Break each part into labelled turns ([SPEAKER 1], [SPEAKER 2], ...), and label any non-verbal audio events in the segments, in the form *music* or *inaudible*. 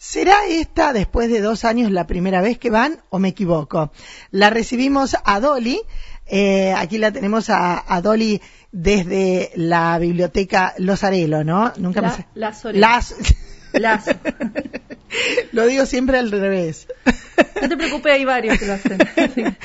[SPEAKER 1] ¿Será esta, después de dos años, la primera vez que van o me equivoco? La recibimos a Dolly. Eh, aquí la tenemos a, a Dolly desde la biblioteca Losarelo, ¿no? Nunca
[SPEAKER 2] La-
[SPEAKER 1] me sé.
[SPEAKER 2] Lazo.
[SPEAKER 1] Las- *laughs*
[SPEAKER 2] Lazo.
[SPEAKER 1] Lo digo siempre al revés.
[SPEAKER 2] No te preocupes, hay varios que lo hacen.
[SPEAKER 1] *laughs*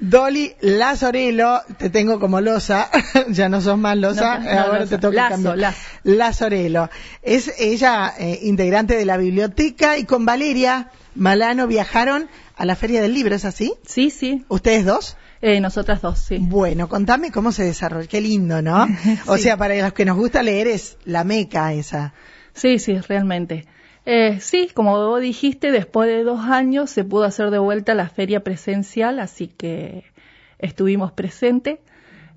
[SPEAKER 1] Dolly Lazorelo, te tengo como losa, *laughs* ya no sos más losa, Eh,
[SPEAKER 2] No, no,
[SPEAKER 1] ahora
[SPEAKER 2] Loza.
[SPEAKER 1] te toca
[SPEAKER 2] Lazo,
[SPEAKER 1] cambiar.
[SPEAKER 2] Lazo.
[SPEAKER 1] Lazorelo. Es ella eh, integrante de la biblioteca y con Valeria Malano viajaron a la Feria del Libro, ¿es así?
[SPEAKER 2] Sí, sí.
[SPEAKER 1] ¿Ustedes dos?
[SPEAKER 2] Eh, nosotras dos, sí.
[SPEAKER 1] Bueno, contame cómo se desarrolló, qué lindo, ¿no?
[SPEAKER 2] *laughs*
[SPEAKER 1] O sea, para los que nos gusta leer es la meca esa.
[SPEAKER 2] Sí, sí, realmente. Eh, sí, como vos dijiste, después de dos años se pudo hacer de vuelta la feria presencial, así que estuvimos presente.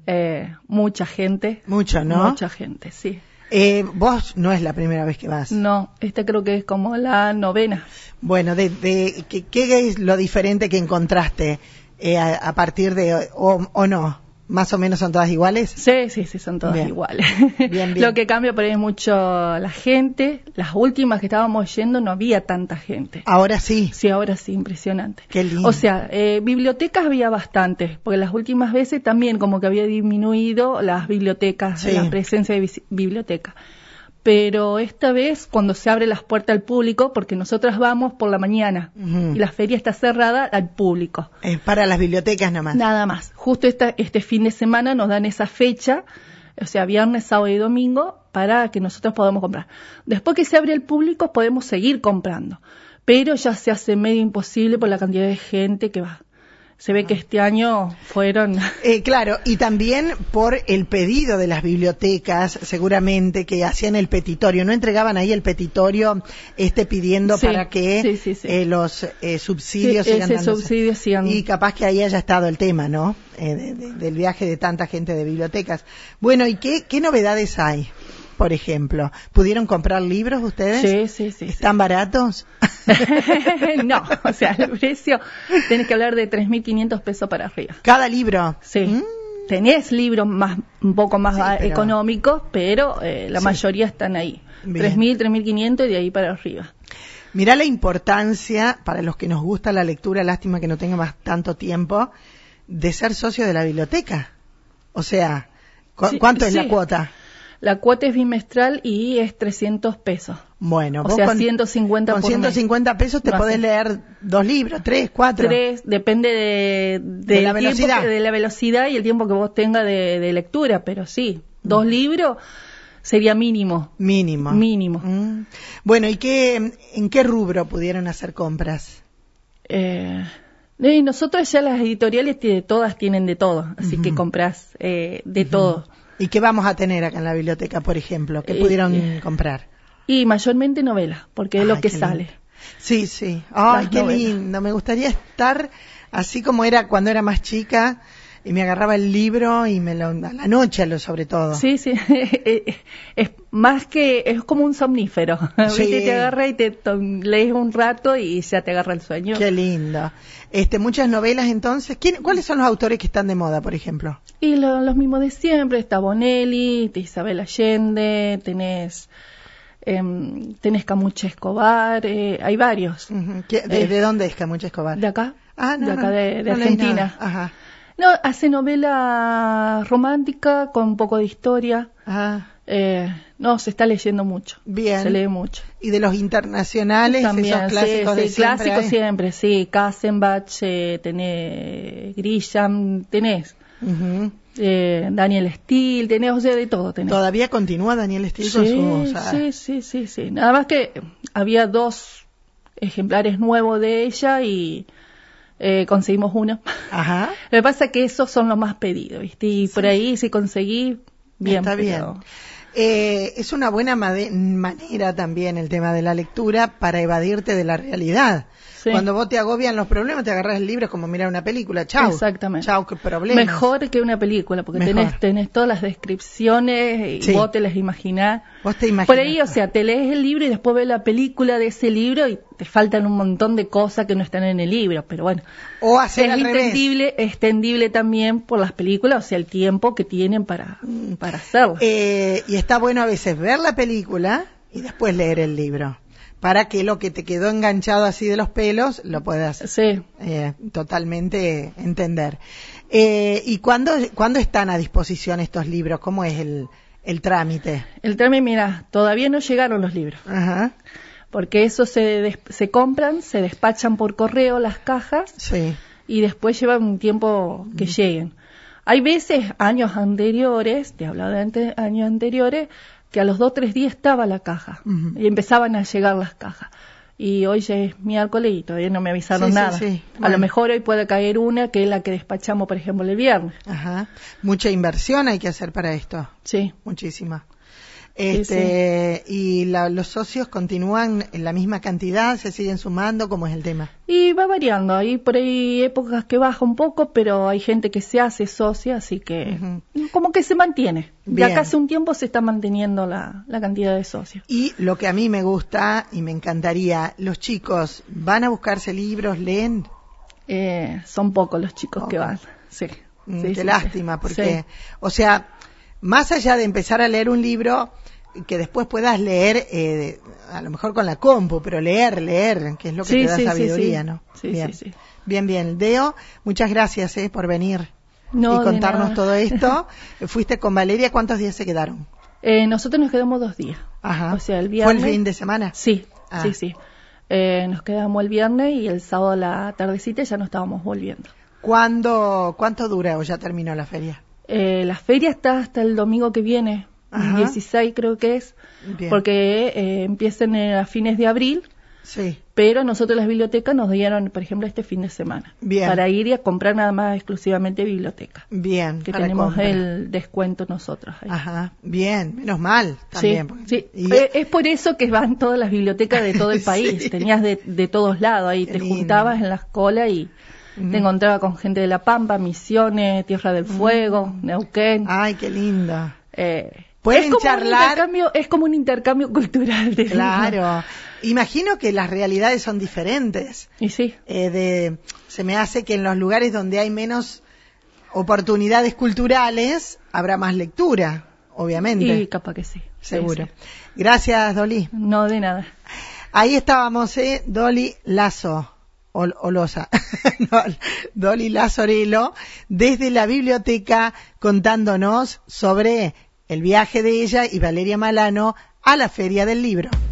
[SPEAKER 2] Eh, mucha gente.
[SPEAKER 1] Mucho, ¿no?
[SPEAKER 2] Mucha gente, sí.
[SPEAKER 1] Eh, vos no es la primera vez que vas.
[SPEAKER 2] No, esta creo que es como la novena.
[SPEAKER 1] Bueno, de, de- ¿qué, qué es lo diferente que encontraste eh, a, a partir de, o, o no? ¿Más o menos son todas iguales?
[SPEAKER 2] Sí, sí, sí, son todas
[SPEAKER 1] Bien.
[SPEAKER 2] iguales.
[SPEAKER 1] Bien, bien.
[SPEAKER 2] *laughs* Lo que cambia por ahí es mucho la gente. Las últimas que estábamos yendo no había tanta gente.
[SPEAKER 1] Ahora sí.
[SPEAKER 2] Sí, ahora sí, impresionante.
[SPEAKER 1] Qué lindo.
[SPEAKER 2] O sea, eh, bibliotecas había bastantes, porque las últimas veces también como que había disminuido las bibliotecas,
[SPEAKER 1] Sí.
[SPEAKER 2] la presencia de bis- biblioteca. Pero esta vez, cuando se abre las puertas al público, porque nosotras vamos por la mañana
[SPEAKER 1] Ujú.
[SPEAKER 2] y la feria está cerrada al público.
[SPEAKER 1] Es para las bibliotecas nomás.
[SPEAKER 2] Nada más. Justo esta- este fin de semana nos dan esa fecha, o sea, viernes, sábado y domingo, para que nosotros podamos comprar. Después que se abre el público, podemos seguir comprando, pero ya se hace medio imposible por la cantidad de gente que va. Se ve que este año fueron...
[SPEAKER 1] Eh, claro, y también por el pedido de las bibliotecas, seguramente, que hacían el petitorio. ¿No entregaban ahí el petitorio este pidiendo
[SPEAKER 2] Sí,
[SPEAKER 1] para que
[SPEAKER 2] sí, sí, sí.
[SPEAKER 1] eh, los eh, subsidios
[SPEAKER 2] Sí,
[SPEAKER 1] sigan
[SPEAKER 2] ese
[SPEAKER 1] dándose?
[SPEAKER 2] subsidio sigan.
[SPEAKER 1] Y capaz que ahí haya estado el tema, ¿no? Eh, de- de- del viaje de tanta gente de bibliotecas. Bueno, ¿y qué, qué novedades hay? Por ejemplo, ¿pudieron comprar libros ustedes?
[SPEAKER 2] Sí, sí, sí. sí. *laughs*
[SPEAKER 1] ¿Están baratos? *laughs*
[SPEAKER 2] no, o sea, el precio, tenés que hablar de 3.500 pesos para arriba.
[SPEAKER 1] Cada libro.
[SPEAKER 2] Sí.
[SPEAKER 1] Mm.
[SPEAKER 2] Tenés libros más, un poco más
[SPEAKER 1] Sí,
[SPEAKER 2] ba-
[SPEAKER 1] pero-
[SPEAKER 2] económicos, pero eh, la
[SPEAKER 1] Sí.
[SPEAKER 2] mayoría están ahí.
[SPEAKER 1] Bien.
[SPEAKER 2] 3.000, 3.500 y de ahí para arriba.
[SPEAKER 1] Mirá la importancia, para los que nos gusta la lectura, lástima que no tenga más tanto tiempo, de ser socio de la biblioteca. O sea, ¿cu-
[SPEAKER 2] Sí,
[SPEAKER 1] ¿cuánto es
[SPEAKER 2] sí.
[SPEAKER 1] la cuota?
[SPEAKER 2] La cuota es bimestral y es 300 pesos.
[SPEAKER 1] Bueno,
[SPEAKER 2] O sea, 150
[SPEAKER 1] con
[SPEAKER 2] por mes.
[SPEAKER 1] 150 pesos te
[SPEAKER 2] Lo
[SPEAKER 1] podés
[SPEAKER 2] haces.
[SPEAKER 1] leer dos libros, tres, cuatro.
[SPEAKER 2] Tres, depende
[SPEAKER 1] De
[SPEAKER 2] de, del
[SPEAKER 1] la
[SPEAKER 2] tiempo
[SPEAKER 1] velocidad.
[SPEAKER 2] que- de la velocidad y el tiempo que vos tengas de, de lectura, pero sí,
[SPEAKER 1] Mm.
[SPEAKER 2] dos libros sería mínimo.
[SPEAKER 1] Mínimo.
[SPEAKER 2] Mínimo.
[SPEAKER 1] Mm. Bueno, ¿y qué, en qué rubro pudieron hacer compras?
[SPEAKER 2] Eh, y nosotros ya las editoriales tiene- todas tienen de todo, así que compras eh, de todo.
[SPEAKER 1] ¿Y qué vamos a tener acá en la biblioteca, por ejemplo? ¿Qué
[SPEAKER 2] Eh,
[SPEAKER 1] pudieron
[SPEAKER 2] eh.
[SPEAKER 1] comprar?
[SPEAKER 2] Y mayormente novelas, porque es
[SPEAKER 1] Ay,
[SPEAKER 2] lo
[SPEAKER 1] qué
[SPEAKER 2] que sale.
[SPEAKER 1] lindo. Sí, sí. Ay,
[SPEAKER 2] Las
[SPEAKER 1] qué
[SPEAKER 2] novelas.
[SPEAKER 1] lindo. Me gustaría estar así como era cuando era más chica y me agarraba el libro y me lo a la noche lo sobre todo.
[SPEAKER 2] Sí, sí. *laughs* Eh, es más que. Es como un somnífero. *laughs*
[SPEAKER 1] Sí.
[SPEAKER 2] ¿Viste? Te agarra y te to- lees un rato y ya te agarra el sueño.
[SPEAKER 1] Qué lindo. Este, muchas novelas entonces. ¿Quién- ¿Cuáles son los autores que están de moda, por ejemplo?
[SPEAKER 2] Y lo- los mismos de siempre: está Bonelli, está Isabel Allende, tenés. em, tenés Camucha Escobar, eh, hay varios.
[SPEAKER 1] Ujú. ¿Qué- ¿De,
[SPEAKER 2] Eh,
[SPEAKER 1] de dónde es Camucha Escobar?
[SPEAKER 2] ¿De acá?
[SPEAKER 1] Mm, ah, no,
[SPEAKER 2] de acá
[SPEAKER 1] no,
[SPEAKER 2] de, de
[SPEAKER 1] no leí
[SPEAKER 2] Argentina.
[SPEAKER 1] nada. Ah. Ajá.
[SPEAKER 2] No, hace novela romántica con un poco de historia.
[SPEAKER 1] Ah.
[SPEAKER 2] Eh, no, se está leyendo mucho.
[SPEAKER 1] Bien.
[SPEAKER 2] Se lee mucho.
[SPEAKER 1] Y de los internacionales, esos clásicos
[SPEAKER 2] sí,
[SPEAKER 1] de
[SPEAKER 2] sí,
[SPEAKER 1] siempre,
[SPEAKER 2] clásicos
[SPEAKER 1] ¿eh?
[SPEAKER 2] siempre, sí. Kassenbach, eh, tenés Grisham, tenés
[SPEAKER 1] Ujú.
[SPEAKER 2] eh, Daniel Steele, tenés, o sea, de todo tenés.
[SPEAKER 1] Todavía continúa Daniel Steele con
[SPEAKER 2] sí,
[SPEAKER 1] su- o sea,
[SPEAKER 2] sí, sí, sí, sí. Nada más que había dos ejemplares nuevos de ella y eh, conseguimos uno.
[SPEAKER 1] *laughs* Ajá.
[SPEAKER 2] Lo que pasa es que esos son los más pedidos, ¿viste? Y por ahí si conseguí, bien.
[SPEAKER 1] Está bien.
[SPEAKER 2] pero-
[SPEAKER 1] Eh, es una buena made- manera también el tema de la lectura para evadirte de la realidad.
[SPEAKER 2] Sí.
[SPEAKER 1] Cuando vos te agobian los problemas, te agarras el libro es como mirar una película. Chau.
[SPEAKER 2] Exactamente.
[SPEAKER 1] Chau, qué problema.
[SPEAKER 2] Mejor que una película, porque
[SPEAKER 1] Mejor.
[SPEAKER 2] tenés, tenés todas las descripciones y
[SPEAKER 1] Sí.
[SPEAKER 2] vos te las imaginás.
[SPEAKER 1] Vos te imaginas.
[SPEAKER 2] Por ahí, o sea, te lees el libro y después ves la película de ese libro y te faltan un montón de cosas que no están en el libro, pero bueno.
[SPEAKER 1] O hacer
[SPEAKER 2] es
[SPEAKER 1] al revés.
[SPEAKER 2] entendible, extendible también por las películas, o sea, el tiempo que tienen para, para hacerlo.
[SPEAKER 1] Eh, y está bueno a veces ver la película y después leer el libro. para que lo que te quedó enganchado así de los pelos lo puedas
[SPEAKER 2] Sí.
[SPEAKER 1] eh, totalmente entender. Eh, ¿Y cuándo, cuándo están a disposición estos libros? ¿Cómo es el, el trámite?
[SPEAKER 2] El trámite, mira, todavía no llegaron los libros,
[SPEAKER 1] Ajá,
[SPEAKER 2] porque eso se, des- se compran, se despachan por correo las cajas
[SPEAKER 1] sí.
[SPEAKER 2] y después llevan un tiempo que lleguen. Hay veces, años anteriores, te he hablado de ante- años anteriores, que a los dos o tres días estaba la caja
[SPEAKER 1] Ujú.
[SPEAKER 2] y empezaban a llegar las cajas. Y hoy ya es miércoles y todavía no me avisaron
[SPEAKER 1] Sí, sí,
[SPEAKER 2] nada.
[SPEAKER 1] sí.
[SPEAKER 2] A
[SPEAKER 1] Bueno.
[SPEAKER 2] lo mejor hoy puede caer una que es la que despachamos, por ejemplo, el viernes.
[SPEAKER 1] Ajá. Mucha inversión hay que hacer para esto.
[SPEAKER 2] Sí.
[SPEAKER 1] Muchísima.
[SPEAKER 2] Sí,
[SPEAKER 1] Este, ¿Y la- los socios continúan en la misma cantidad? ¿Se siguen sumando? ¿Cómo es el tema?
[SPEAKER 2] Y va variando, hay por ahí épocas que baja un poco, pero hay gente que se hace socia, así que como que se mantiene.
[SPEAKER 1] Bien.
[SPEAKER 2] De acá hace un tiempo se está manteniendo la, la cantidad de socios.
[SPEAKER 1] Y lo que a mí me gusta y me encantaría, los chicos van a buscarse libros, leen.
[SPEAKER 2] Eh, son pocos los chicos que
[SPEAKER 1] Pocos.
[SPEAKER 2] van. Sí.
[SPEAKER 1] Mm,
[SPEAKER 2] Sí,
[SPEAKER 1] qué
[SPEAKER 2] sí, sí.
[SPEAKER 1] lástima, porque,
[SPEAKER 2] Sí.
[SPEAKER 1] o sea, más allá de empezar a leer un libro que después puedas leer, eh, a lo mejor con la compu, pero leer, leer, que es lo que
[SPEAKER 2] Sí,
[SPEAKER 1] te da
[SPEAKER 2] sí, sí,
[SPEAKER 1] sabiduría,
[SPEAKER 2] sí.
[SPEAKER 1] ¿no?
[SPEAKER 2] Sí,
[SPEAKER 1] bien.
[SPEAKER 2] sí, sí.
[SPEAKER 1] bien, bien. Deo, muchas gracias eh, por venir
[SPEAKER 2] No,
[SPEAKER 1] y
[SPEAKER 2] de
[SPEAKER 1] contarnos
[SPEAKER 2] nada. *laughs*
[SPEAKER 1] todo esto. Fuiste con Valeria, ¿cuántos días se quedaron?
[SPEAKER 2] Eh, nosotros nos quedamos dos días.
[SPEAKER 1] Ajá.
[SPEAKER 2] O sea, el
[SPEAKER 1] ¿Fue el
[SPEAKER 2] viernes-
[SPEAKER 1] fin de semana?
[SPEAKER 2] Sí,
[SPEAKER 1] Ah.
[SPEAKER 2] sí, sí. Eh, nos quedamos el viernes y el sábado a la tardecita ya no estábamos volviendo.
[SPEAKER 1] ¿Cuándo, ¿Cuánto dura o ya terminó la feria?
[SPEAKER 2] Eh, la feria está hasta el domingo que viene,
[SPEAKER 1] Ajá.
[SPEAKER 2] 16 creo que es,
[SPEAKER 1] Bien.
[SPEAKER 2] porque eh, empiezan eh, a fines de abril,
[SPEAKER 1] Sí.
[SPEAKER 2] pero nosotros las bibliotecas nos dieron, por ejemplo, este fin de semana,
[SPEAKER 1] Bien.
[SPEAKER 2] para ir y a comprar nada más exclusivamente biblioteca,
[SPEAKER 1] Bien.
[SPEAKER 2] que
[SPEAKER 1] para
[SPEAKER 2] tenemos
[SPEAKER 1] compra.
[SPEAKER 2] el descuento nosotros. ahí.
[SPEAKER 1] Ajá, bien, menos mal
[SPEAKER 2] Sí,
[SPEAKER 1] también. porque-
[SPEAKER 2] sí.
[SPEAKER 1] y-
[SPEAKER 2] Eh, es por eso que van todas las bibliotecas de todo
[SPEAKER 1] *laughs*
[SPEAKER 2] el
[SPEAKER 1] Sí.
[SPEAKER 2] país, tenías de, de todos lados, ahí
[SPEAKER 1] Qué
[SPEAKER 2] te
[SPEAKER 1] lindo.
[SPEAKER 2] juntabas en las colas y
[SPEAKER 1] Ujú.
[SPEAKER 2] te encontraba con gente de La Pampa, Misiones, Tierra del Fuego, Neuquén.
[SPEAKER 1] Ay, qué linda.
[SPEAKER 2] Eh,
[SPEAKER 1] Ah. Pueden
[SPEAKER 2] es como
[SPEAKER 1] charlar.
[SPEAKER 2] Un intercambio, es como un intercambio cultural. de- *laughs*
[SPEAKER 1] Claro. Imagino que las realidades son diferentes.
[SPEAKER 2] Y sí,
[SPEAKER 1] Eh, de, se me hace que en los lugares donde hay menos oportunidades culturales habrá más lectura, obviamente.
[SPEAKER 2] y capaz que sí.
[SPEAKER 1] Seguro.
[SPEAKER 2] Sí, sí.
[SPEAKER 1] Gracias, Dolly.
[SPEAKER 2] No, de nada.
[SPEAKER 1] Ahí estábamos, ¿eh? Dolly Lazo. Ol- Olosa, *laughs* No, Dolly Lazorelo, desde la biblioteca contándonos sobre el viaje de ella y Valeria Malano a la Feria del Libro.